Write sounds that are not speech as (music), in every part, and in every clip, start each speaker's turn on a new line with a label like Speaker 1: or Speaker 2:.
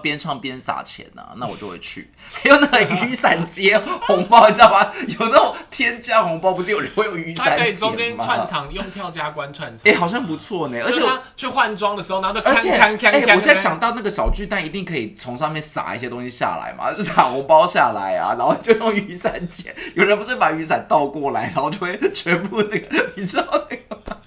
Speaker 1: 边唱边撒钱啊，那我就会去。 (laughs) 还有那个雨伞接红包，你知道吗？有那种天价红包，不是有人会有雨
Speaker 2: 他
Speaker 1: 伞
Speaker 2: 可以
Speaker 1: 节
Speaker 2: 中间
Speaker 1: 吗
Speaker 2: 串场用跳加关串场
Speaker 1: 哎、，好像不错呢，而
Speaker 2: 就是
Speaker 1: 且我
Speaker 2: 他去换装的时候，然后就
Speaker 1: 而且
Speaker 2: 锵锵锵
Speaker 1: 哎、
Speaker 2: 锵。
Speaker 1: 我现在想到那个小巨蛋一定可以从上面撒一些东西下来嘛，就撒红包下来啊，然后就用雨伞剪。有人不是把雨伞倒过来，然后就会全部那个，你知道那个吗？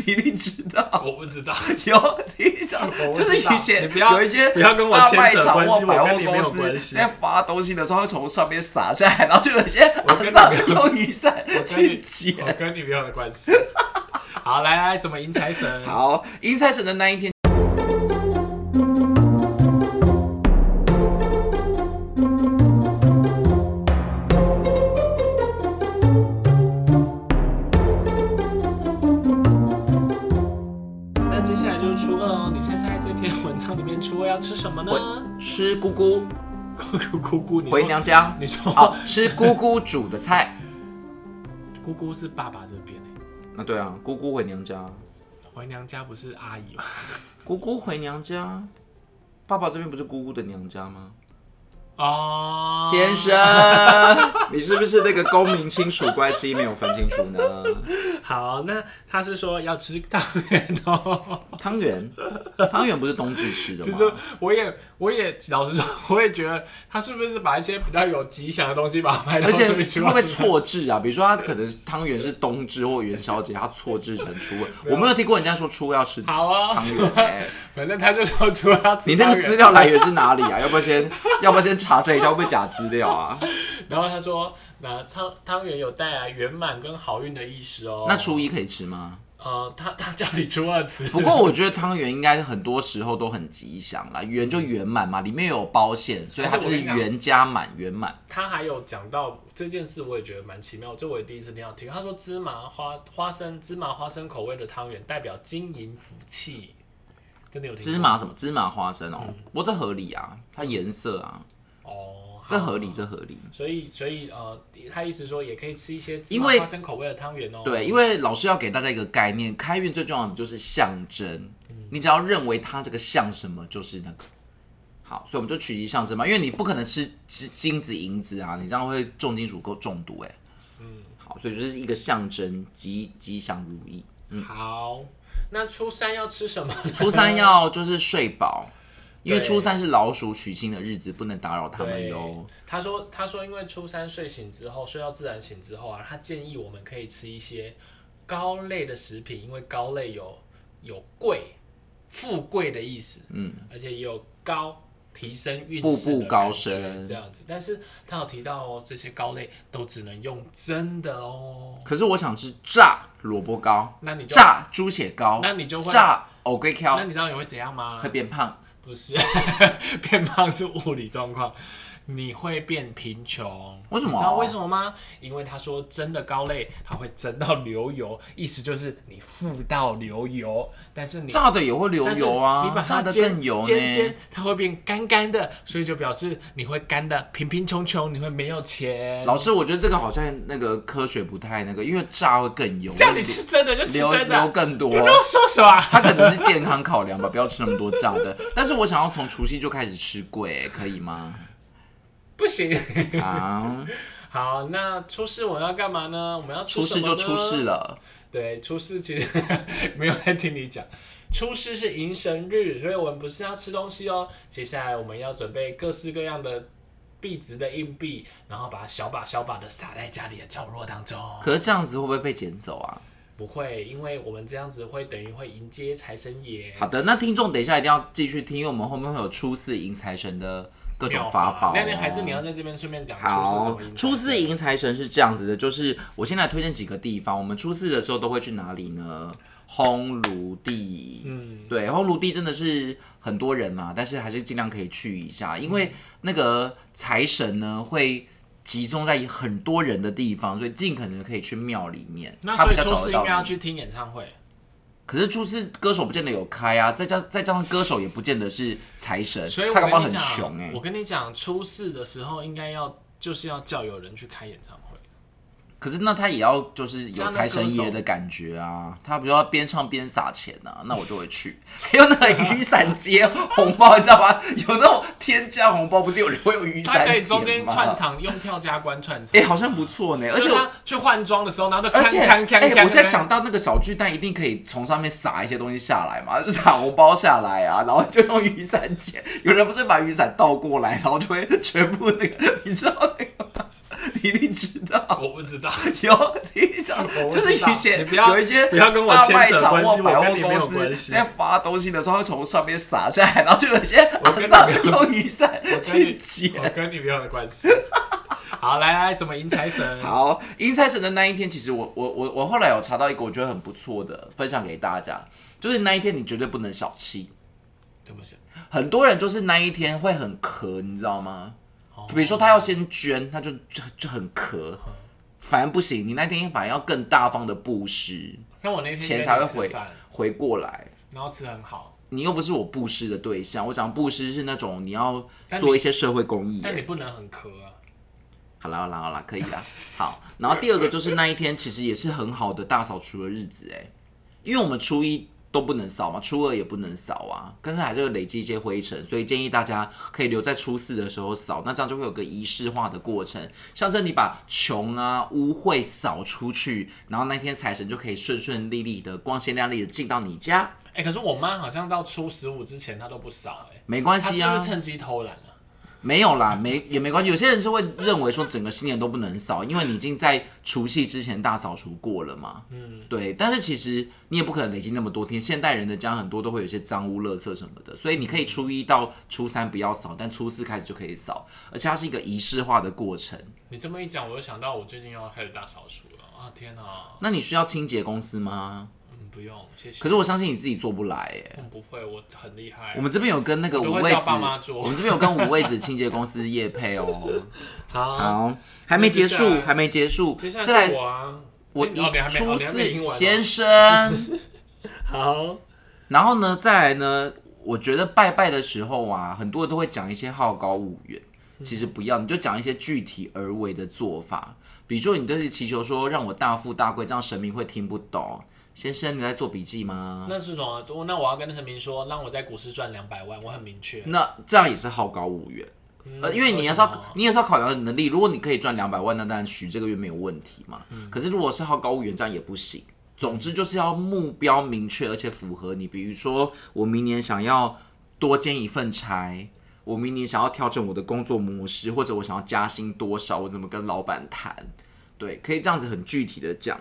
Speaker 1: (laughs) 你一定知道，
Speaker 2: 我不
Speaker 1: (laughs)
Speaker 2: 知道，
Speaker 1: 有你一定知道
Speaker 2: 我，
Speaker 1: 就是以
Speaker 2: 知道
Speaker 1: 前
Speaker 2: 你不要
Speaker 1: 有一些
Speaker 2: 不要跟我
Speaker 1: 大
Speaker 2: 牵
Speaker 1: 卖
Speaker 2: 扯
Speaker 1: 场
Speaker 2: 关
Speaker 1: 或
Speaker 2: 系
Speaker 1: 百
Speaker 2: 我跟
Speaker 1: 货
Speaker 2: 你没
Speaker 1: 公
Speaker 2: 有
Speaker 1: 司
Speaker 2: 关系
Speaker 1: 在发东西的时候，会从上面撒下来，然后就有一些阿
Speaker 2: 跟你
Speaker 1: 上
Speaker 2: 没有
Speaker 1: 用雨伞
Speaker 2: 我跟
Speaker 1: 去
Speaker 2: 你
Speaker 1: 捡。
Speaker 2: 我跟你没有关系。好，来来，怎么迎财神？
Speaker 1: 好，迎财神的那一天。
Speaker 2: 那接下来就是初二哦。你现在在这篇文章里面，初二要吃什么呢？
Speaker 1: 吃姑姑
Speaker 2: 姑姑姑姑，你说
Speaker 1: 回娘家，
Speaker 2: 你说
Speaker 1: 哦，吃姑姑煮的菜。
Speaker 2: 姑姑是爸爸这边欸
Speaker 1: 那对啊，姑姑回娘家，
Speaker 2: 回娘家不是阿姨吗？
Speaker 1: 姑姑回娘家。爸爸这边不是姑姑的娘家吗？
Speaker 2: 哦，
Speaker 1: 先生，你是不是那个公民亲属关系没有分清楚呢？
Speaker 2: 好，那他是说要吃汤圆哦。
Speaker 1: 汤
Speaker 2: (laughs)
Speaker 1: 圆，汤圆不是冬至吃的
Speaker 2: 其实
Speaker 1: 吗？
Speaker 2: 我也，我也老实说， (laughs) 我也觉得他是不是把一些比较有吉祥的东西把它拍到
Speaker 1: 而且
Speaker 2: 这边去？
Speaker 1: 会不会错置啊？比如说，他可能汤圆是冬至或元宵节，他错置成初
Speaker 2: (laughs)
Speaker 1: 二。我没有听过人家说初二要吃汤
Speaker 2: 好啊、
Speaker 1: 圆、欸。
Speaker 2: (laughs) 反正他就说除了要吃
Speaker 1: 你那个
Speaker 2: 汤圆
Speaker 1: 资料来源是哪里啊？
Speaker 2: (laughs)
Speaker 1: 要不要先，要不要先查证一下会不会假资料啊？
Speaker 2: 然后他说，那汤汤圆有带来圆满跟好运的意思哦。
Speaker 1: 那初一可以吃吗？
Speaker 2: 呃，他他叫你初二吃，
Speaker 1: 不过我觉得汤圆应该很多时候都很吉祥啦，圆就圆满嘛，里面有包馅，所以它就是圆加满圆满。
Speaker 2: 他还有讲到这件事，我也觉得蛮奇妙，这我也第一次听到听。他说芝麻花花生芝麻花生口味的汤圆代表金银福气，真的有听过
Speaker 1: 芝麻什么？芝麻花生
Speaker 2: 嗯
Speaker 1: 哦，不过这合理啊，它颜色啊，
Speaker 2: 哦，
Speaker 1: 这
Speaker 2: 好
Speaker 1: 合理，这合理。
Speaker 2: 所以所以呃，他意思说也可以吃一些芝
Speaker 1: 因
Speaker 2: 麻
Speaker 1: 为
Speaker 2: 花生口味的汤圆哦。
Speaker 1: 对，因为老师要给大家一个概念，开运最重要的就是象征，
Speaker 2: 嗯
Speaker 1: 你只要认为它这个像什么，就是那个。好，所以我们就取其象征嘛，因为你不可能吃金金子、银子啊，你这样会重金属够中毒哎、嗯，好，所以就是一个象征，吉吉祥如意。
Speaker 2: 好，那初三要吃什么？
Speaker 1: 嗯 (laughs) 初三要
Speaker 2: (laughs)
Speaker 1: 就是睡饱，因为
Speaker 2: 对
Speaker 1: 初三是老鼠娶亲的日子，不能打扰他们
Speaker 2: 对
Speaker 1: 哟。，
Speaker 2: 他说他说因为初三睡醒之后，睡到自然醒之后啊，他建议我们可以吃一些糕类的食品，因为糕类有有贵富贵的意思，
Speaker 1: 嗯，
Speaker 2: 而且也有高提升运势
Speaker 1: 步步
Speaker 2: 的
Speaker 1: 高
Speaker 2: 感觉
Speaker 1: 升
Speaker 2: 这样子。但是他有提到哦，这些糕类都只能用蒸的哦，
Speaker 1: 可是我想吃炸萝卜糕、
Speaker 2: 那你就
Speaker 1: 炸猪血糕，
Speaker 2: 那你就会
Speaker 1: 炸藕龟
Speaker 2: 那
Speaker 1: 壳，
Speaker 2: 你知道你会怎样吗
Speaker 1: 会？变胖。
Speaker 2: 不是 (laughs) 变胖是物理状况，你会变贫穷。
Speaker 1: 为什么
Speaker 2: 你知道为什么吗？因为他说蒸的高类，它会蒸到流油，意思就是你富到流油，但是你。
Speaker 1: 炸的也会流
Speaker 2: 但是
Speaker 1: 油
Speaker 2: 你
Speaker 1: 啊
Speaker 2: 把，它
Speaker 1: 炸的
Speaker 2: 煎
Speaker 1: 更油
Speaker 2: 煎
Speaker 1: 呢
Speaker 2: 煎。，它会变干干的，所以就表示你会干的贫贫穷穷，你会没有钱。
Speaker 1: 老师，我觉得这个好像那个科学不太那个，因为炸会更油，
Speaker 2: 这样你吃真的就吃
Speaker 1: 流
Speaker 2: 真
Speaker 1: 流
Speaker 2: 的，
Speaker 1: 更多
Speaker 2: 不。啰嗦什么。
Speaker 1: 它可能是健康考量吧，不要吃那么多炸
Speaker 2: (laughs)
Speaker 1: 的。但是我想要从除夕就开始吃贵，可以吗？
Speaker 2: 不行。 (laughs)
Speaker 1: 啊，
Speaker 2: 好，那出事我们要干嘛呢？我们要
Speaker 1: 出
Speaker 2: 出
Speaker 1: 事就出事了。
Speaker 2: 对，初四其实没有在听你讲，初四是迎神日，所以我们不是要吃东西哦。接下来我们要准备各式各样的币值的硬币，然后把它小把小把的撒在家里的角落当中。
Speaker 1: 可是这样子会不会被捡走啊？
Speaker 2: 不会，因为我们这样子会等于会迎接财神爷。
Speaker 1: 好的，那听众等一下一定要继续听，因为我们后面会有初四迎财神的各种法宝、哦。
Speaker 2: 那那还是你要在这边顺便讲初四怎
Speaker 1: 好
Speaker 2: 么迎。
Speaker 1: 初四
Speaker 2: 财神
Speaker 1: 迎财神是这样子的，就是我先来推荐几个地方。我们初四的时候都会去哪里呢？烘炉地，嗯，对，烘炉地真的是很多人嘛，但是还是尽量可以去一下，因为那个财神呢会集中在很多人的地方，所以尽可能可以去庙里面，
Speaker 2: 那
Speaker 1: 他
Speaker 2: 所
Speaker 1: 比
Speaker 2: 以
Speaker 1: 较
Speaker 2: 初
Speaker 1: 找
Speaker 2: 四
Speaker 1: 得
Speaker 2: 应
Speaker 1: 到
Speaker 2: 该要
Speaker 1: 你。
Speaker 2: 去听演唱会。
Speaker 1: 可是初次歌手不见得有开啊，再加再加上歌手也不见得是财神，
Speaker 2: 所以我
Speaker 1: 他干嘛
Speaker 2: 跟
Speaker 1: 很
Speaker 2: 你
Speaker 1: 穷
Speaker 2: 讲，
Speaker 1: 哎、
Speaker 2: 我跟你讲，初四的时候应该要就是要叫有人去开演唱会。
Speaker 1: 可是那他也要就是
Speaker 2: 这
Speaker 1: 有
Speaker 2: 样的
Speaker 1: 财神爷的感觉啊，他比如说边唱边撒钱啊，那我就会去。 (laughs) 还有那个雨伞接红包，你知道吗？有那种天价红包，不是有人会有雨
Speaker 2: 他
Speaker 1: 伞
Speaker 2: 可以
Speaker 1: 节
Speaker 2: 中间
Speaker 1: 吗？
Speaker 2: 串场，用跳加关串场。
Speaker 1: 哎、好像不错呢，而
Speaker 2: 就
Speaker 1: 且
Speaker 2: 是
Speaker 1: 我
Speaker 2: 他去换装的时候，然后就
Speaker 1: 而且，哎
Speaker 2: 锵锵锵锵
Speaker 1: 我现在
Speaker 2: 锵
Speaker 1: 想到那个小巨蛋一定可以从上面撒一些东西下来嘛，就撒红包下来啊，然后就用雨伞剪。有人不是把雨伞倒过来，然后就会全部那个，你知道那个吗？ (laughs) 你一定知道，
Speaker 2: 我不知道，
Speaker 1: 有你一定知道，
Speaker 2: 我
Speaker 1: 就是以前
Speaker 2: 你不要
Speaker 1: 有一些
Speaker 2: 不要跟我
Speaker 1: 大
Speaker 2: 牵扯
Speaker 1: 卖场
Speaker 2: 关
Speaker 1: 或
Speaker 2: 系
Speaker 1: 百
Speaker 2: 我跟
Speaker 1: 货
Speaker 2: 你没
Speaker 1: 公
Speaker 2: 有
Speaker 1: 司
Speaker 2: 关系
Speaker 1: 在发东西的时候，会从上面撒下来，然后就有一些阿
Speaker 2: 跟你
Speaker 1: 上
Speaker 2: 没有
Speaker 1: 用雨伞
Speaker 2: 我跟
Speaker 1: 去
Speaker 2: 你
Speaker 1: 捡。
Speaker 2: (laughs) 我跟你没有关
Speaker 1: (laughs)
Speaker 2: 系。好，来来，怎么迎财神？
Speaker 1: 好，迎财神的那一天，其实我我我我后来有查到一个我觉得很不错的，分享给大家，就是那一天你绝对不能小气。
Speaker 2: 怎么想？
Speaker 1: 很多人就是那一天会很咳，你知道吗？
Speaker 2: 哦
Speaker 1: 比如说他要先捐，他就就就很咳，反正不行，你那天反而要更大方的布施，
Speaker 2: 那我那天
Speaker 1: 钱
Speaker 2: 跟
Speaker 1: 才会
Speaker 2: 你吃
Speaker 1: 回
Speaker 2: 饭
Speaker 1: 回过来。
Speaker 2: 然后吃很好，
Speaker 1: 你又不是我布施的对象，我讲布施是那种你要
Speaker 2: 但你
Speaker 1: 做一些社会公益耶。
Speaker 2: 但你不能很咳啊。
Speaker 1: 好啦好啦好啦，可以啦。好，然后第二个就是那一天其实也是很好的大扫除的日子哎，因为我们初一都不能扫嘛，初二也不能扫啊，但是还是会累积一些灰尘，所以建议大家可以留在初四的时候扫，那这样就会有个仪式化的过程，象征你把穷啊污秽扫出去，然后那天财神就可以顺顺利利的、光鲜亮丽的进到你家，
Speaker 2: 哎、可是我妈好像到初十五之前她都不扫、哎，
Speaker 1: 没关
Speaker 2: 她
Speaker 1: 系
Speaker 2: 是
Speaker 1: 啊。
Speaker 2: 不是趁机偷懒啊？
Speaker 1: 没有啦，没也没关系。有些人是会认为说整个新年都不能扫，因为你已经在除夕之前大扫除过了嘛。嗯，对。但是其实你也不可能累积那么多天。现代人的家很多都会有一些脏污、垃圾什么的，所以你可以初一到初三不要扫，但初四开始就可以扫，而且它是一个仪式化的过程。
Speaker 2: 你这么一讲，我就想到我最近要开始大扫除了啊！天哪、
Speaker 1: 那你需要清洁公司吗？
Speaker 2: 嗯，不用，谢谢。
Speaker 1: 可是我相信你自己做不来耶。
Speaker 2: 我不会，我很厉害
Speaker 1: 我。们这边有跟那个
Speaker 2: 我都
Speaker 1: 五
Speaker 2: 会
Speaker 1: 味
Speaker 2: 叫
Speaker 1: 子
Speaker 2: 爸妈，做
Speaker 1: 我们这边有跟五味子清洁公司业配
Speaker 2: (laughs)
Speaker 1: 哦。
Speaker 2: 好，
Speaker 1: 好，还没结
Speaker 2: 那接下
Speaker 1: 束，
Speaker 2: 来
Speaker 1: 还没结束，
Speaker 2: 接下
Speaker 1: 再来
Speaker 2: 来是我啊，
Speaker 1: 我
Speaker 2: 哎
Speaker 1: 一
Speaker 2: 你哦你还没
Speaker 1: 初
Speaker 2: 哦你哦还没
Speaker 1: 四
Speaker 2: 听完哦
Speaker 1: 先生， (laughs)
Speaker 2: 好，
Speaker 1: 然后呢，再来呢，我觉得拜拜的时候啊，很多人都会讲一些好高骛远，
Speaker 2: 嗯
Speaker 1: 其实不要，你就讲一些具体而为的做法，比如说你就是祈求说让我大富大贵，这样神明会听不懂。先生，你在做笔记吗？
Speaker 2: 那是什么？我那我要跟神明说，让我在股市赚两百万，我很明确。
Speaker 1: 那这样也是好高骛远。
Speaker 2: 嗯
Speaker 1: 呃，因为你也是
Speaker 2: 为什
Speaker 1: 要
Speaker 2: 么
Speaker 1: 你也是要考量你的能力。如果你可以赚两百万，那当然许这个月没有问题嘛。可是如果是好高骛远，这样也不行。总之就是要目标明确，而且符合你。比如说，我明年想要多兼一份差，我明年想要调整我的工作模式，或者我想要加薪多少，我怎么跟老板谈？对，可以这样子很具体的讲。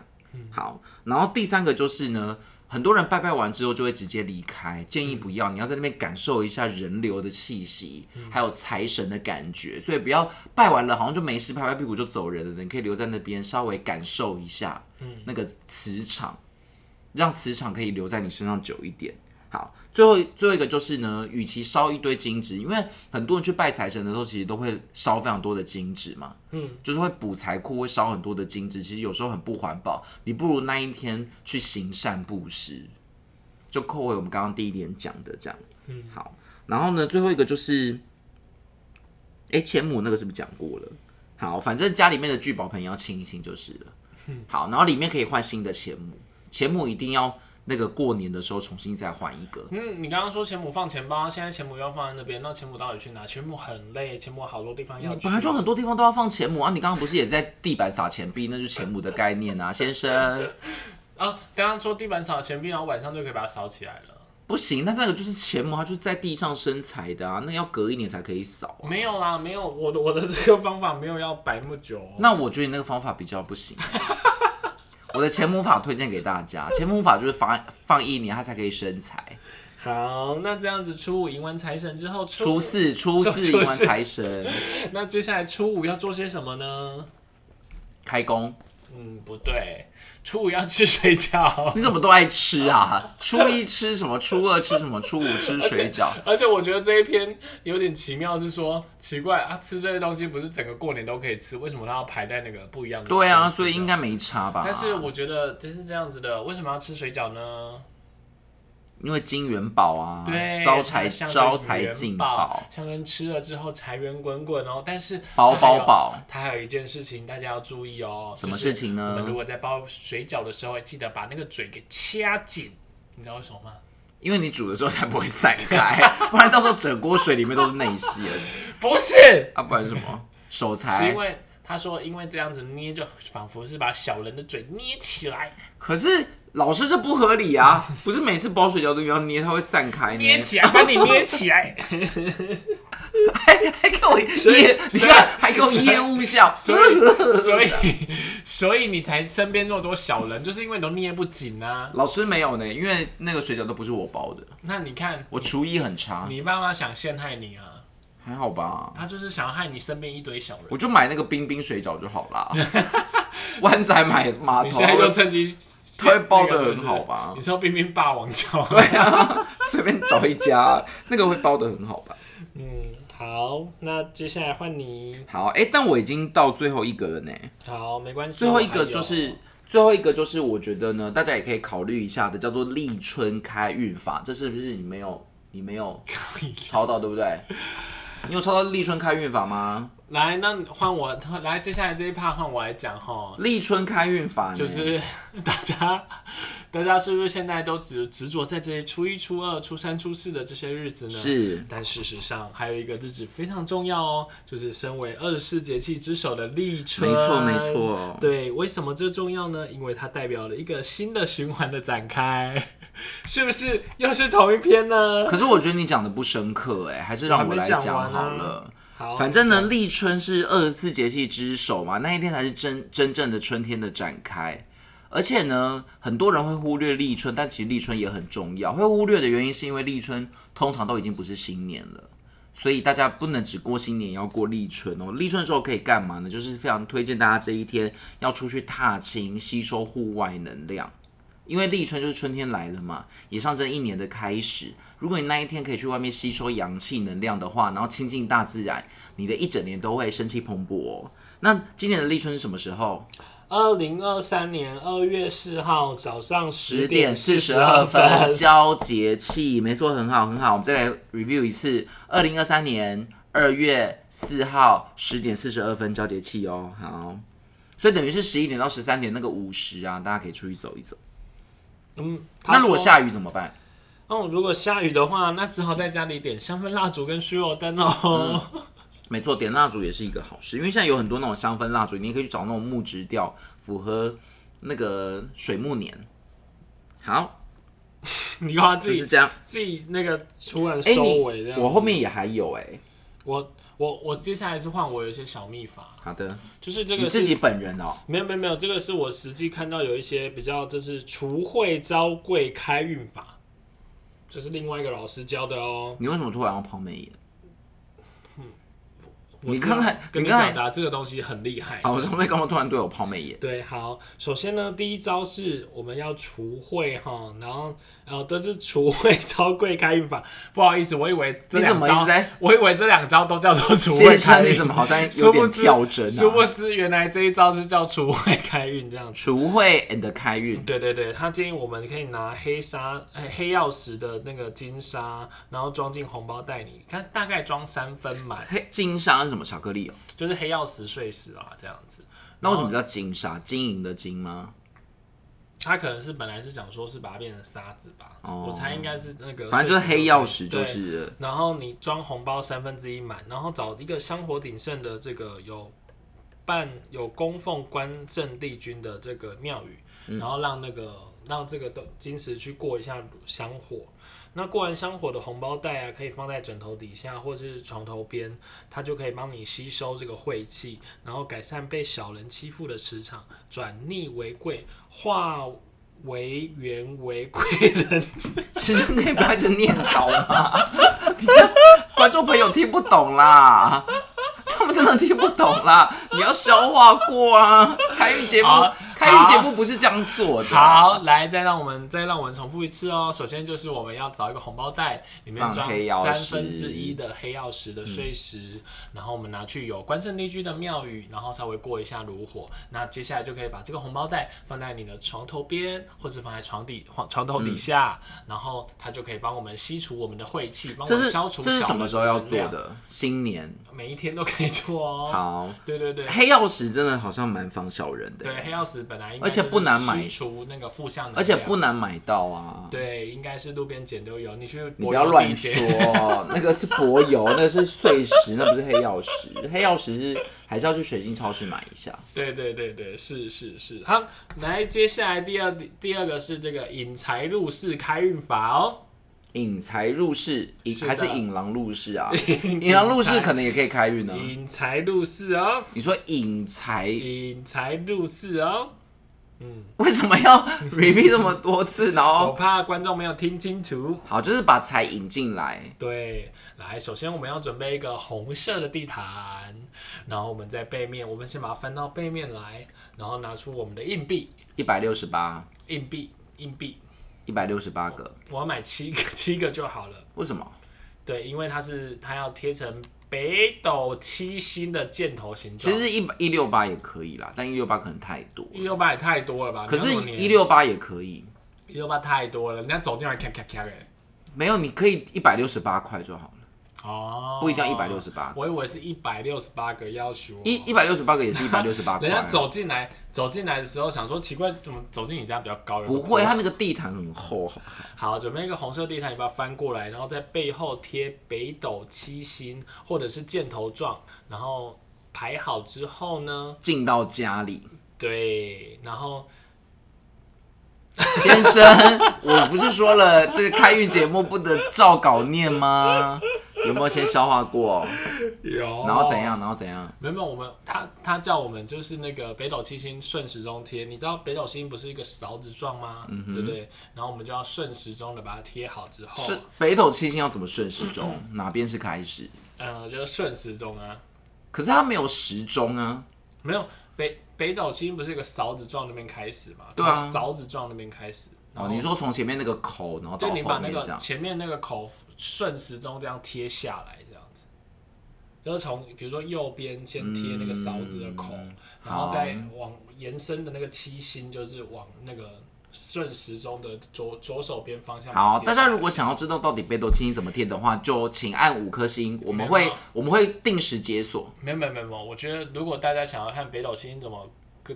Speaker 1: 好，然后第三个就是呢，很多人拜拜完之后就会直接离开，建议不要，你要在那边感受一下人流的气息，还有财神的感觉，所以不要拜完了好像就没事，拍拍屁股就走人了，你可以留在那边稍微感受一下，那个磁场，让磁场可以留在你身上久一点。好，最后最后一个就是呢，与其烧一堆金纸，因为很多人去拜财神的时候，其实都会烧非常多的金纸嘛，嗯，就是会补财库，会烧很多的金纸，其实有时候很不环保。你不如那一天去行善布施，就扣回我们刚刚第一点讲的这样。嗯，好，然后呢，最后一个就是，哎、钱母那个是不是讲过了？好，反正家里面的聚宝盆也要清一清就是了。好，然后里面可以换新的钱母，钱母一定要那个过年的时候重新再换一个。
Speaker 2: 嗯，你刚刚说钱母放钱包，现在钱母要放在那边，那钱母到底去哪？钱母很累，钱母好多地方要去
Speaker 1: 嗯本。来就很多地方都要放钱母啊！你刚刚不是也在地板撒钱币，那就是钱母的概念啊，先生。
Speaker 2: 啊，刚刚说地板扫钱币，然后晚上就可以把它扫起来了。
Speaker 1: 不行，那那个就是钱母，它就是在地上生财的啊，那要隔一年才可以扫啊、
Speaker 2: 没有啦，没有，我的我的这个方法没有要摆那么久哦、
Speaker 1: 那我觉得你那个方法比较不行。 (laughs) 我的潜母法推荐给大家，潜母法就是放放一年，它才可以生财。
Speaker 2: 好，那这样子初五迎完财神之后，
Speaker 1: 初四，初四
Speaker 2: 初
Speaker 1: 迎完
Speaker 2: 四
Speaker 1: 财神，
Speaker 2: 那接下来初五要做些什么呢？
Speaker 1: 开工。
Speaker 2: 嗯，不对，初五要吃水饺。
Speaker 1: 你怎么都爱吃啊？初一吃什么？初二吃什么？初五吃水饺。
Speaker 2: (laughs) 而且我觉得这一篇有点奇妙，是说奇怪啊，吃这些东西不是整个过年都可以吃，为什么它要排在那个不一样的时间吃？
Speaker 1: 对啊，所以应该没差吧？
Speaker 2: 但是我觉得这是这样子的，为什么要吃水饺呢？
Speaker 1: 因为金元宝啊，
Speaker 2: 对，
Speaker 1: 招财
Speaker 2: 它象征
Speaker 1: 招财
Speaker 2: 元
Speaker 1: 进
Speaker 2: 宝
Speaker 1: 宝，，
Speaker 2: 象征吃了之后财源滚滚哦。但是
Speaker 1: 宝
Speaker 2: 它还有
Speaker 1: 宝宝，
Speaker 2: 它还有一件事情大家要注意哦，
Speaker 1: 什么
Speaker 2: 就是
Speaker 1: 事情呢
Speaker 2: 我们如果在包水饺的时候，记得把那个嘴给掐紧，你知道为什么吗？
Speaker 1: 因为你煮的时候才不会散 (laughs) 开，不然到时候整锅水里面都是内馅
Speaker 2: 不是，
Speaker 1: 啊，不然是什么手
Speaker 2: 是因
Speaker 1: 财？
Speaker 2: 为他说，因为这样子捏，就仿佛是把小人的嘴捏起来，
Speaker 1: 可是老师这不合理啊，不是每次包水饺都要捏，它会散开呢。
Speaker 2: 捏起来，把你捏起
Speaker 1: (laughs)
Speaker 2: 来。
Speaker 1: 还还给我
Speaker 2: 以
Speaker 1: 业，你
Speaker 2: 所以
Speaker 1: 看还给我业务笑，
Speaker 2: 所以，所以，所以你才身边那么多小人，就是因为你都捏不紧啊。
Speaker 1: 老师没有呢，因为那个水饺都不是我包的，
Speaker 2: 那你看，
Speaker 1: 我厨艺很差，
Speaker 2: 你爸妈想陷害你啊，
Speaker 1: 还好吧？
Speaker 2: 他就是想要害你身边一堆小人。
Speaker 1: 我就买那个冰冰水饺就好 (laughs) 啦。湾仔买码
Speaker 2: 你
Speaker 1: 头
Speaker 2: 现，在就趁机，
Speaker 1: 它会包得很好吧
Speaker 2: 那个是不是你说冰冰霸王胶？
Speaker 1: 对啊，随便找一家，那个会包的很好吧？
Speaker 2: 嗯，好，那接下来换你。
Speaker 1: 好，哎、但我已经到最后一个了呢，
Speaker 2: 好，没关系。
Speaker 1: 最后一
Speaker 2: 我
Speaker 1: 个
Speaker 2: 还有
Speaker 1: 就是。最后一个就是，我觉得呢，大家也可以考虑一下的，叫做立春开运法，这是不是你没有你没
Speaker 2: (laughs)
Speaker 1: 有抄到，对不对？你有抄到立春开运法吗？
Speaker 2: 来，那换我来，接下来这一趴换我来讲哈，
Speaker 1: 立春开运法呢
Speaker 2: 就是大家大家是不是现在都只执着在这些初一、初二、初三、初四的这些日子呢？。
Speaker 1: 是
Speaker 2: 但事实上，还有一个日子非常重要哦，就是身为二十四节气之首的立春。
Speaker 1: 没错没。错，
Speaker 2: 对，为什么这重要呢？因为它代表了一个新的循环的展开， (laughs) 是不是又是同一篇呢？
Speaker 1: 可是我觉得你讲的不深刻哎，还是让我来讲好
Speaker 2: 啊
Speaker 1: 了。
Speaker 2: 好，
Speaker 1: 反正呢，立春是二十四节气之首嘛，那一天才是真真正的春天的展开。而且呢，很多人会忽略立春，但其实立春也很重要。会忽略的原因是因为立春通常都已经不是新年了，所以大家不能只过新年，也要过立春哦。立春的时候可以干嘛呢？就是非常推荐大家这一天要出去踏青，吸收户外能量。因为立春就是春天来了嘛，也象征一年的开始。如果你那一天可以去外面吸收阳气能量的话，然后亲近大自然，你的一整年都会生气蓬勃、哦。那今年的立春是什么时候？
Speaker 2: 二零二三年二月四号早上十
Speaker 1: 十点四
Speaker 2: 四
Speaker 1: 十
Speaker 2: 二
Speaker 1: 二分，交节气，没错，很好，很好。我们再来 review 一次，二零二三年二月四号十点四十二分交节气哦。好，所以等于是十一点到十三点那个午时啊，大家可以出去走一走。
Speaker 2: 嗯，他
Speaker 1: 那如果
Speaker 2: 说，
Speaker 1: 下雨怎么办？
Speaker 2: 哦，如果下雨的话，那只好在家里点香氛蜡烛跟虚油灯哦。
Speaker 1: 没错，点蜡烛也是一个好事，因为现在有很多那种香氛蜡烛，你也可以去找那种木质调，符合那个水木年。好，
Speaker 2: 你把自
Speaker 1: 就
Speaker 2: 己
Speaker 1: 是这样。
Speaker 2: 自己那个突然
Speaker 1: 哎、
Speaker 2: 收尾这
Speaker 1: 你
Speaker 2: 样子。
Speaker 1: 我后面也还有哎、
Speaker 2: 我我我接下来是换我有一些小秘法，
Speaker 1: 好的，
Speaker 2: 就是这
Speaker 1: 你
Speaker 2: 个
Speaker 1: 自
Speaker 2: 是
Speaker 1: 己本人哦、
Speaker 2: 没有没有没有，这个是我实际看到有一些比较，就是除秽招贵开运法，这是另外一个老师教的哦。
Speaker 1: 你为什么突然要抛媚眼？
Speaker 2: 我是
Speaker 1: 你刚才
Speaker 2: 要跟
Speaker 1: 你
Speaker 2: 你
Speaker 1: 刚才
Speaker 2: 表达这个东西很厉害。
Speaker 1: 啊，我怎么会刚刚突然对我抛媚眼？
Speaker 2: 对，好，首先呢，第一招是我们要除秽哈，然后呃，这是除秽 (laughs) 招贵开运法。不好意思，我以为这
Speaker 1: 你怎
Speaker 2: 两
Speaker 1: 么一直
Speaker 2: 招
Speaker 1: 在，
Speaker 2: 我以为这两招都叫做除
Speaker 1: 先
Speaker 2: 秽开
Speaker 1: 生，你
Speaker 2: 运，
Speaker 1: 怎么
Speaker 2: (laughs)
Speaker 1: 好像有
Speaker 2: 殊不
Speaker 1: 点
Speaker 2: 知
Speaker 1: 跳针
Speaker 2: 殊不
Speaker 1: 啊？
Speaker 2: 知原来这一招是叫除秽 (laughs) 开运这样子。
Speaker 1: 除秽 and 开运，
Speaker 2: 对对对，他建议我们可以拿黑砂、呃黑曜石的那个金沙，然后装进红包袋里，看大概装三分满，
Speaker 1: 黑金沙是什么巧克力哦、
Speaker 2: 就是黑曜石碎石啊这样子。
Speaker 1: 那为什么叫金沙？金银的金吗？
Speaker 2: 他可能是本来是想说是把它变成沙子吧，
Speaker 1: 哦
Speaker 2: 我猜应该是那个，
Speaker 1: 反正就是黑曜石，就
Speaker 2: 对。
Speaker 1: 是了。
Speaker 2: 然后你装红包三分之一满，然后找一个香火鼎盛的这个有办有供奉关正帝君的这个庙宇，然后让那个让这个都金石去过一下香火。那过完香火的红包袋啊，可以放在枕头底下或者是床头边，它就可以帮你吸收这个晦气，然后改善被小人欺负的磁场，转逆为贵，化为元为贵人。
Speaker 1: 其实可以不要一直念稿吗？你这观众朋友听不懂啦，他们真的听不懂啦，你要消化过啊。开运节目
Speaker 2: 好，
Speaker 1: 开运节目不是这样做的。
Speaker 2: 好，来，再让我们再让我们重复一次哦。首先就是我们要找一个红包袋，里面
Speaker 1: 放
Speaker 2: 装
Speaker 1: 黑曜
Speaker 2: 三
Speaker 1: 石嗯
Speaker 2: 分之一的黑曜石的碎石，然后我们拿去有关圣帝君的庙宇，然后稍微过一下炉火。那接下来就可以把这个红包袋放在你的床头边，或是放在床底床床头底下，然后它就可以帮我们吸除我们的晦气，帮我
Speaker 1: 嗯这
Speaker 2: 们
Speaker 1: 是
Speaker 2: 消除
Speaker 1: 这是
Speaker 2: 小
Speaker 1: 什么时候要做
Speaker 2: 能量？
Speaker 1: 的？新年。
Speaker 2: 每一天都可以做哦。
Speaker 1: 好，
Speaker 2: 对对对。
Speaker 1: 黑曜石真的好像蛮防小人的，
Speaker 2: 对，黑曜石本来应该
Speaker 1: 而且
Speaker 2: 就是
Speaker 1: 不难买
Speaker 2: 吸除那个负向能量，
Speaker 1: 而且不难买到啊。
Speaker 2: 对，应该是路边捡都有。你去
Speaker 1: 你
Speaker 2: 柏
Speaker 1: 不要
Speaker 2: 油
Speaker 1: 乱
Speaker 2: 地捡，
Speaker 1: 说，那个是柏油，那个是碎石，那不是黑曜石。黑曜石是还是要去水晶超市买一下。
Speaker 2: 对对对对，是是是。好，来，接下来第二第二个是这个引财入市开运法哦。
Speaker 1: 引财入市，引
Speaker 2: 是的
Speaker 1: 还是引狼入市
Speaker 2: (laughs)
Speaker 1: 啊？ (laughs) 引狼入市可能也可以开运呢、
Speaker 2: 引财入市哦，
Speaker 1: 你说引财，
Speaker 2: 引财入市哦。
Speaker 1: 为什么
Speaker 2: (laughs)
Speaker 1: 要 repeat 这么多次？然
Speaker 2: 我
Speaker 1: 后
Speaker 2: 怕观众没有听清楚。
Speaker 1: 好，就是把财引进来。
Speaker 2: 对，来，首先我们要准备一个红色的地毯，然后我们在背面，我们先把它翻到背面来，然后拿出我们的硬币，
Speaker 1: 一百六十八，
Speaker 2: 硬币，硬币，
Speaker 1: 一百六十八个，
Speaker 2: 我要买七个，七个就好了。
Speaker 1: 为什么？
Speaker 2: 对，因为它是它要贴成北斗七星的箭头形
Speaker 1: 其
Speaker 2: 状。
Speaker 1: 实一百一六八也可以啦，但一六八可能太多了。
Speaker 2: 啊一六八也太多了吧？
Speaker 1: 可是，一
Speaker 2: 一
Speaker 1: 六八也可以，
Speaker 2: 一六八太多了，人家走进来咔咔咔哎。
Speaker 1: 没有，你可以一百六十八块就好了，
Speaker 2: 哦，
Speaker 1: 不一定要一百六。十八。
Speaker 2: 我以为是一百六十八个要求。哦
Speaker 1: 一一百六十八个也是一百六十八块
Speaker 2: 人家
Speaker 1: 啊。
Speaker 2: 走进来，走进来的时候想说奇怪，怎么走进你家比较高？有个
Speaker 1: 不会，
Speaker 2: 坡
Speaker 1: 它那个地毯很厚，好不好
Speaker 2: 好，准备一个红色地毯，你把它翻过来，然后在背后贴北斗七星或者是箭头状，然后排好之后呢，
Speaker 1: 进到家里，
Speaker 2: 对，然后
Speaker 1: 先生，我不是说了这个开运节目不得照稿念吗？有没有先消化过？
Speaker 2: 有，
Speaker 1: 然后怎？样？然后怎样？
Speaker 2: 没有，没有我们他他叫我们就是那个北斗七星顺时钟贴，你知道北斗七星不是一个勺子状吗？
Speaker 1: 嗯
Speaker 2: 对不对？然后我们就要顺时钟的把它贴好之后，
Speaker 1: 顺北斗七星要怎么顺时钟？哪边是开始？
Speaker 2: 呃，就是顺时钟啊，
Speaker 1: 可是它没有时钟啊。
Speaker 2: 没有北北斗七星不是一个勺子状那边开始嘛？
Speaker 1: 对啊
Speaker 2: 从勺子状那边开始，然
Speaker 1: 哦，
Speaker 2: 后
Speaker 1: 你说从前面那个口，然后到
Speaker 2: 就你
Speaker 1: 后
Speaker 2: 把那
Speaker 1: 面这
Speaker 2: 个
Speaker 1: 样，
Speaker 2: 前面那个口顺时钟这样贴下来，这样子，就是从比如说右边先贴那个勺子的口，
Speaker 1: 嗯
Speaker 2: 然后再往延伸的那个七星，就是往那个顺时钟的左左手边方向。
Speaker 1: 好，大家如果想要知道到底北斗七星怎么贴的话，就请按五颗星，我们会我们会定时解锁。
Speaker 2: 没有没有没有没有，我觉得如果大家想要看北斗七星怎么。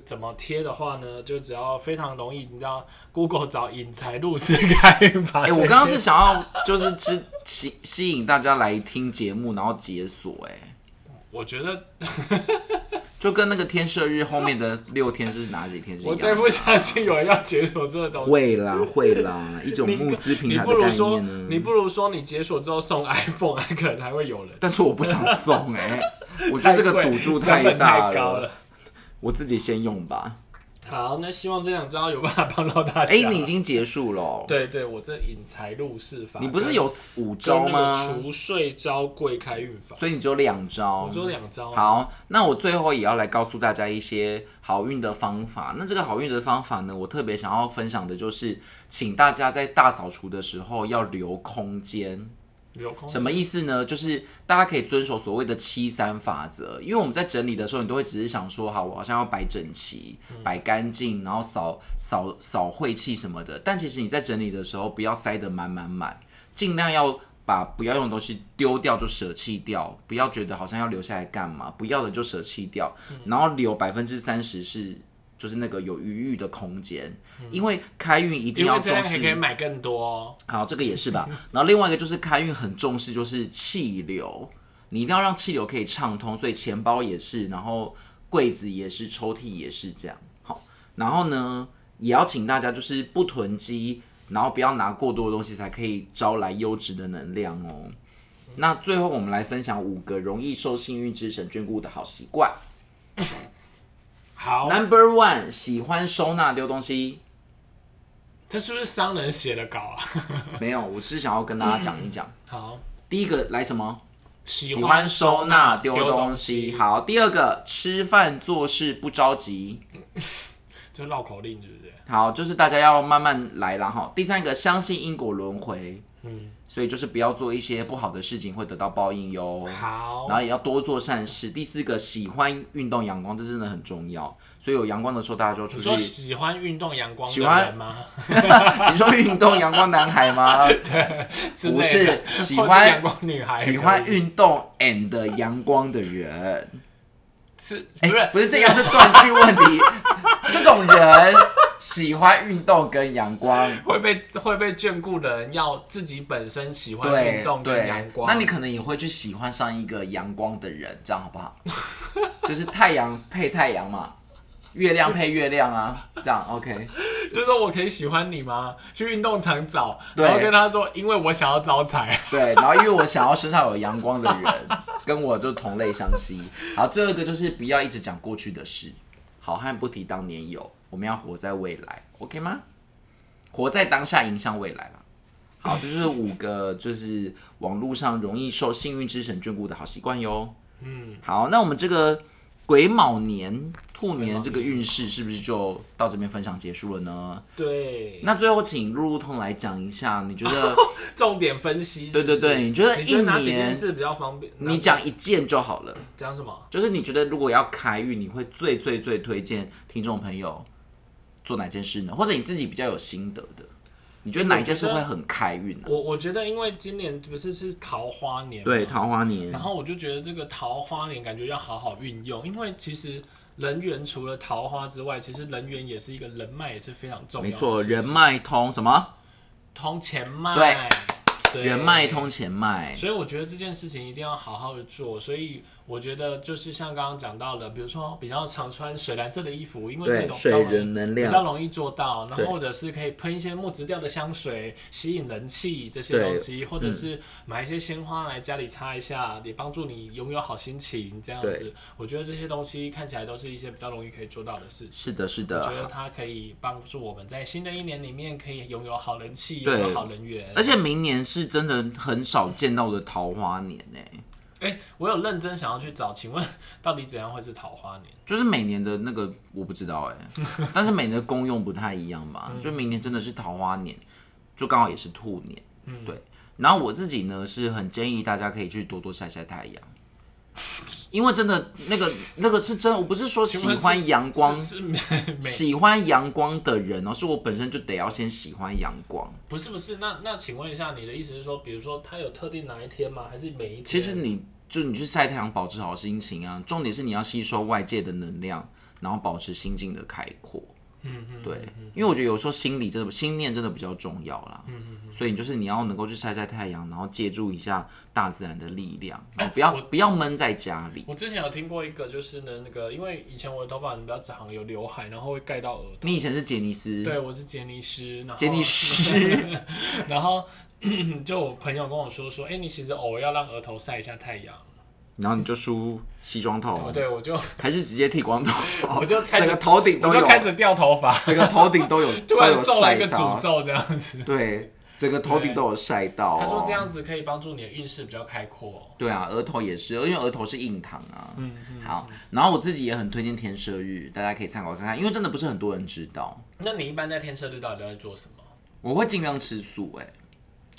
Speaker 2: 怎么贴的话呢？就只要非常容易，你知道，Google 找引财入市开运法。
Speaker 1: 哎、我刚刚是想要就是知吸吸引大家来听节目，然后解锁、哎，
Speaker 2: 我觉得 (laughs)
Speaker 1: 就跟那个天赦日后面的六天是哪几天是一
Speaker 2: 我
Speaker 1: 样
Speaker 2: 再
Speaker 1: 的。
Speaker 2: 不相信有人要解锁这个东西。
Speaker 1: 会啦会啦，一种
Speaker 2: 你
Speaker 1: 募资平
Speaker 2: 你
Speaker 1: 台
Speaker 2: 不
Speaker 1: 的
Speaker 2: 如
Speaker 1: 概
Speaker 2: 说
Speaker 1: 念，呢。
Speaker 2: 你不如说你解锁之后送 (laughs) iPhone，还可能还会有人。
Speaker 1: 但是我不想送哎、我觉得这个
Speaker 2: 贵
Speaker 1: 赌
Speaker 2: (laughs)
Speaker 1: 注
Speaker 2: 成本
Speaker 1: 大
Speaker 2: 太高了。
Speaker 1: 我自己先用吧。
Speaker 2: 好，那希望这两招有办法帮到大家。
Speaker 1: 哎、你已经结束了哦，
Speaker 2: (laughs) 对啊对，我这引财入市法，
Speaker 1: 你不是有五
Speaker 2: 跟
Speaker 1: 招
Speaker 2: 跟那个
Speaker 1: 吗？
Speaker 2: 除税招贵开运法，
Speaker 1: 所以你只有两招
Speaker 2: 啊我。只有两招。，啊
Speaker 1: 好，那我最后也要来告诉大家一些好运的方法。那这个好运的方法呢，我特别想要分享的就是，请大家在大扫除的时候要留空间。
Speaker 2: 有空
Speaker 1: 什么意思呢？就是大家可以遵守所谓的七三法则，因为我们在整理的时候，你都会只是想说，好，我好像要摆整齐、
Speaker 2: 嗯
Speaker 1: 摆干净，然后扫扫扫晦气什么的。但其实你在整理的时候，不要塞得满满满，尽量要把不要用的东西丢掉就舍弃掉，不要觉得好像要留下来干嘛，不要的就舍弃掉，
Speaker 2: 嗯
Speaker 1: 然后留百分之三十是。就是那个有余裕的空间，因为开运一定
Speaker 2: 嗯因
Speaker 1: 要
Speaker 2: 为这
Speaker 1: 重
Speaker 2: 样
Speaker 1: 视
Speaker 2: 还可以买更多哦。
Speaker 1: 好，这个也是吧。然后另外一个就是开运很重视，就是气流，你一定要让气流可以畅通，所以钱包也是，然后柜子也是，抽屉也是这样。好，然后呢，也要请大家就是不囤积，然后不要拿过多的东西，才可以招来优质的能量哦。那最后我们来分享五个容易受幸运之神眷顾的好习惯。
Speaker 2: 好，
Speaker 1: Number one，喜欢收纳丢东西。
Speaker 2: 这是不是商人写的稿啊？ (laughs)
Speaker 1: 没有，我是想要跟大家讲一讲。
Speaker 2: 好，
Speaker 1: 第一个来什么？
Speaker 2: 喜
Speaker 1: 喜欢收纳丢
Speaker 2: 东
Speaker 1: 东西。好，第二个，吃饭做事不着急。
Speaker 2: 就绕口令是不是？
Speaker 1: 好，就是大家要慢慢来啦哈。第三个，相信因果轮回，
Speaker 2: 嗯，
Speaker 1: 所以就是不要做一些不好的事情会得到报应哟。
Speaker 2: 好
Speaker 1: 然，后也要多做善事。第四个，喜欢运动阳光，这真的很重要。所以有阳光的时候，大家就
Speaker 2: 你
Speaker 1: 出去。
Speaker 2: 说喜欢运动阳光
Speaker 1: 喜
Speaker 2: 的
Speaker 1: 欢
Speaker 2: 人吗？
Speaker 1: (laughs)
Speaker 2: (laughs)
Speaker 1: 你说运动阳光男孩吗？
Speaker 2: 之
Speaker 1: 不
Speaker 2: 类
Speaker 1: 是
Speaker 2: 的
Speaker 1: 喜
Speaker 2: 或者
Speaker 1: 欢
Speaker 2: 阳光女孩也可以，
Speaker 1: 喜欢运动 and 阳光的人，
Speaker 2: 是
Speaker 1: 哎
Speaker 2: 不是
Speaker 1: 不是这个是断句问
Speaker 2: (laughs)
Speaker 1: 题。这种人喜欢运动跟阳光，
Speaker 2: 会被会被眷顾的人，要自己本身喜欢
Speaker 1: 对
Speaker 2: 运动跟
Speaker 1: 对
Speaker 2: 阳光。
Speaker 1: 那你可能也会去喜欢上一个阳光的人，这样好不好？就是太阳配太阳嘛，月亮配月亮啊，这样 OK。
Speaker 2: 就是说我可以喜欢你吗？去运动场找，
Speaker 1: 对
Speaker 2: 然后跟他说，因为我想要
Speaker 1: (laughs)
Speaker 2: 招财。
Speaker 1: 对，然后因为我想要身上有阳光的人，跟我就同类相吸。好，最后一个就是不要一直讲过去的事，好汉不提当年勇，我们要活在未来，OK 吗？活在当下，迎向未来啦。好，这就是五个就是网络上容易受幸运之神眷顾的好习惯哟。嗯，好，那我们这个癸卯年兔年这个运势是不是就到这边分享结束了呢？
Speaker 2: (laughs) 对，
Speaker 1: 那最后请路路通来讲一下，你觉 (laughs) 得？
Speaker 2: 重点分析是不
Speaker 1: 对
Speaker 2: 是。
Speaker 1: 对对你觉得
Speaker 2: 你觉得哪
Speaker 1: 一
Speaker 2: 几
Speaker 1: 年
Speaker 2: 件事比较方便？
Speaker 1: 你
Speaker 2: 哪
Speaker 1: 讲一件就好了。
Speaker 2: 讲什么？
Speaker 1: 就是你觉得如果要开运，你会最最最推荐听众朋友做哪件事呢？或者你自己比较有心得的，你觉得哪一件事会很开运啊呢、
Speaker 2: 我我觉得，因为今年不是是桃花年吗，
Speaker 1: 对，桃花年
Speaker 2: 然，后我就觉得这个桃花年感觉要好好运用，因为其实人缘除了桃花之外，其实人缘也是一个人脉，也是非常重要
Speaker 1: 没
Speaker 2: 的事情。
Speaker 1: 错，人脉通什么？
Speaker 2: 通钱脉，对
Speaker 1: 人脉通钱脉，
Speaker 2: 所以我觉得这件事情一定要好好的做。所以我觉得就是像刚刚讲到的，比如说比较常穿水蓝色的衣服，因为这
Speaker 1: 对，
Speaker 2: 种比较
Speaker 1: 水
Speaker 2: 容易
Speaker 1: 人能
Speaker 2: 比较
Speaker 1: 量，
Speaker 2: 容易做到，然
Speaker 1: 对
Speaker 2: 后或者是可以喷一些木质调的香水，吸引人气这些东西，或者是
Speaker 1: 嗯
Speaker 2: 买一些鲜花来家里插一下，也帮助你拥有好心情这样子。我觉得这些东西看起来都是一些比较容易可以做到的事情。
Speaker 1: 是的，是
Speaker 2: 我觉得
Speaker 1: 的。
Speaker 2: 它可以帮助我们在新的一年里面可以拥有好人气，
Speaker 1: 对
Speaker 2: 拥有好人缘。
Speaker 1: 而且明年是真的很少见到的桃花年欸呢、
Speaker 2: 哎、我有认真想要去找，请问到底怎样会是桃花年？
Speaker 1: 就是每年的那个我不知道
Speaker 2: (laughs)
Speaker 1: 哎、但是每年的功用不太一样
Speaker 2: 嗯
Speaker 1: 吧。就明年真的是桃花年，就刚好也是兔年，
Speaker 2: 嗯
Speaker 1: 对。然后我自己呢是很建议大家可以去多多晒晒太阳，因为真的那个那个是真的，我不是说
Speaker 2: 请
Speaker 1: 喜
Speaker 2: 问是
Speaker 1: 欢阳 (laughs) 光，
Speaker 2: 是是美 (laughs) 美
Speaker 1: 喜欢阳光的人哦、是我本身就得要先喜欢阳光。
Speaker 2: 不是不是？那那请问一下，你的意思是说，比如说它有特定哪一天吗？还是每一天？
Speaker 1: 其实你就你去晒太阳，保持好心情啊。重点是你要吸收外界的能量，然后保持心境的开阔。
Speaker 2: 嗯嗯，嗯
Speaker 1: 对，因为我觉得有时候心理真的心念真的比较重要啦。所以就是你要能够去晒晒太阳，然后借助一下大自然的力量，然后不要、
Speaker 2: 哎我
Speaker 1: 不要闷在家里。
Speaker 2: 我之前有听过一个，就是呢，那个因为以前我的头发比较长，有刘海，然后会盖到耳朵。
Speaker 1: 你以前是杰尼斯，
Speaker 2: 对，我是杰尼斯，然后
Speaker 1: 嗯杰尼斯
Speaker 2: (laughs) 然后 (clears throat) 就我朋友跟我说说，哎、你其实偶尔要让额头晒一下太阳。
Speaker 1: 然后你就梳西装头，
Speaker 2: 哦对，我就
Speaker 1: 还是直接剃光头，
Speaker 2: (laughs) 我就开始
Speaker 1: 整个头顶
Speaker 2: 我
Speaker 1: 都
Speaker 2: 就
Speaker 1: 有，
Speaker 2: 开始掉头发，
Speaker 1: 整个头顶都有，
Speaker 2: (laughs) 突
Speaker 1: (laughs) 都
Speaker 2: 然
Speaker 1: 有
Speaker 2: 受了
Speaker 1: 晒
Speaker 2: 一个诅
Speaker 1: 到。
Speaker 2: 咒这样子。
Speaker 1: 对，整个头顶都有晒到、哦。
Speaker 2: (laughs) 他说这样子可以帮助你的运势比较开阔。哦
Speaker 1: 对啊，额头也是，因为额头是硬糖啊。嗯好，然后我自己也很推荐天赦日，大家可以参考看看，因为真的不是很多人知道。
Speaker 2: 那你一般在天赦日到底都在做什么？
Speaker 1: 我会尽量吃素、欸，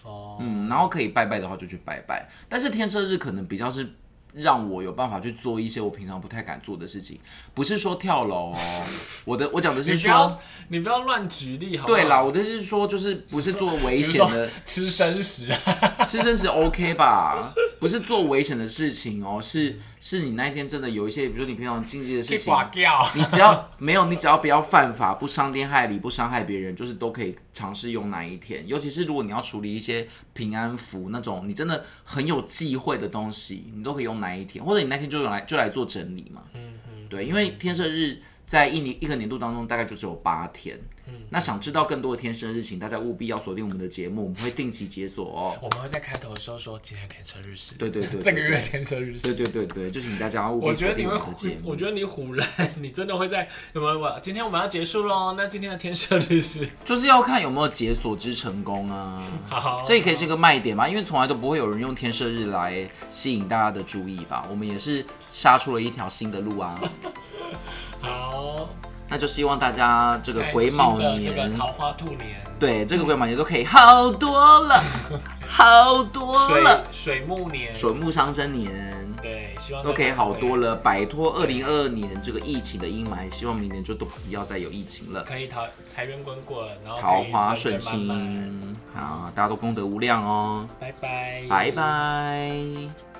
Speaker 2: 哦，
Speaker 1: 嗯，然后可以拜拜的话就去拜拜，但是天赦日可能比较是让我有办法去做一些我平常不太敢做的事情，不是说跳楼哦， (laughs) 我的我讲的
Speaker 2: 你
Speaker 1: 是
Speaker 2: 不
Speaker 1: 说
Speaker 2: 要，，你不要乱举例好不好？
Speaker 1: 对啦，，我的是说就是不是做危
Speaker 2: 比如
Speaker 1: 险
Speaker 2: 说
Speaker 1: 的，
Speaker 2: 吃生食啊，
Speaker 1: 吃真是 OK 吧，不是做危险的事情哦，是是你那一天真的有一些，比如说你平常禁忌的事
Speaker 2: 去
Speaker 1: 情，
Speaker 2: 刮掉。
Speaker 1: (laughs) 你只要没有，你只要不要犯法，不伤天害理，不伤害别人，就是都可以尝试用哪一天。尤其是如果你要处理一些平安符那种，你真的很有忌讳的东西，你都可以用哪一天，或者你那天就用来就来做整理嘛。
Speaker 2: 嗯嗯，
Speaker 1: 对，因为天赦日在一年一个年度当中大概就只有八天。那想知道更多的天赦日，请大家务必要锁定我们的节目，我们会定期解锁
Speaker 2: (laughs)
Speaker 1: 哦。
Speaker 2: 我们会在开头的时候说今天天赦日是，
Speaker 1: 对对对对
Speaker 2: 这个月天赦日
Speaker 1: 对
Speaker 2: 是。
Speaker 1: 对对对，就请大家务
Speaker 2: 我
Speaker 1: 必
Speaker 2: 觉
Speaker 1: 锁
Speaker 2: 得你
Speaker 1: 定我
Speaker 2: 会
Speaker 1: 们的
Speaker 2: 唬
Speaker 1: 节，目。
Speaker 2: 我觉得你唬人， (laughs) 你真的会在什么？我今天我们要结束喽，那今天的天赦日是
Speaker 1: 就是要看有没有解锁之成功啊。
Speaker 2: 好，
Speaker 1: 这也可以
Speaker 2: 哦
Speaker 1: 是一个卖点嘛，因为从来都不会有人用天赦日来吸引大家的
Speaker 2: (laughs)
Speaker 1: 注意吧。我们也是杀出了一条新的路啊。
Speaker 2: 好，
Speaker 1: 那就希望大家这个
Speaker 2: 在
Speaker 1: 癸
Speaker 2: 新
Speaker 1: 卯
Speaker 2: 的这
Speaker 1: 年，
Speaker 2: 个桃花兔年，
Speaker 1: 对这个癸卯年都可以好多了，好多
Speaker 2: 水
Speaker 1: 了，
Speaker 2: (laughs) 水木年，
Speaker 1: 水木上升年。
Speaker 2: 对，希望
Speaker 1: 都
Speaker 2: 大
Speaker 1: 可以
Speaker 2: 家
Speaker 1: 好多了，摆脱二零二二年这个疫情的阴霾，希望明年就都不要再有疫情了，
Speaker 2: 可以桃财源滚滚，然后
Speaker 1: 桃
Speaker 2: 可以
Speaker 1: 花
Speaker 2: 人
Speaker 1: 顺
Speaker 2: 人满满，
Speaker 1: 心，好，大家都功德无量哦，
Speaker 2: 拜拜，
Speaker 1: 拜。拜。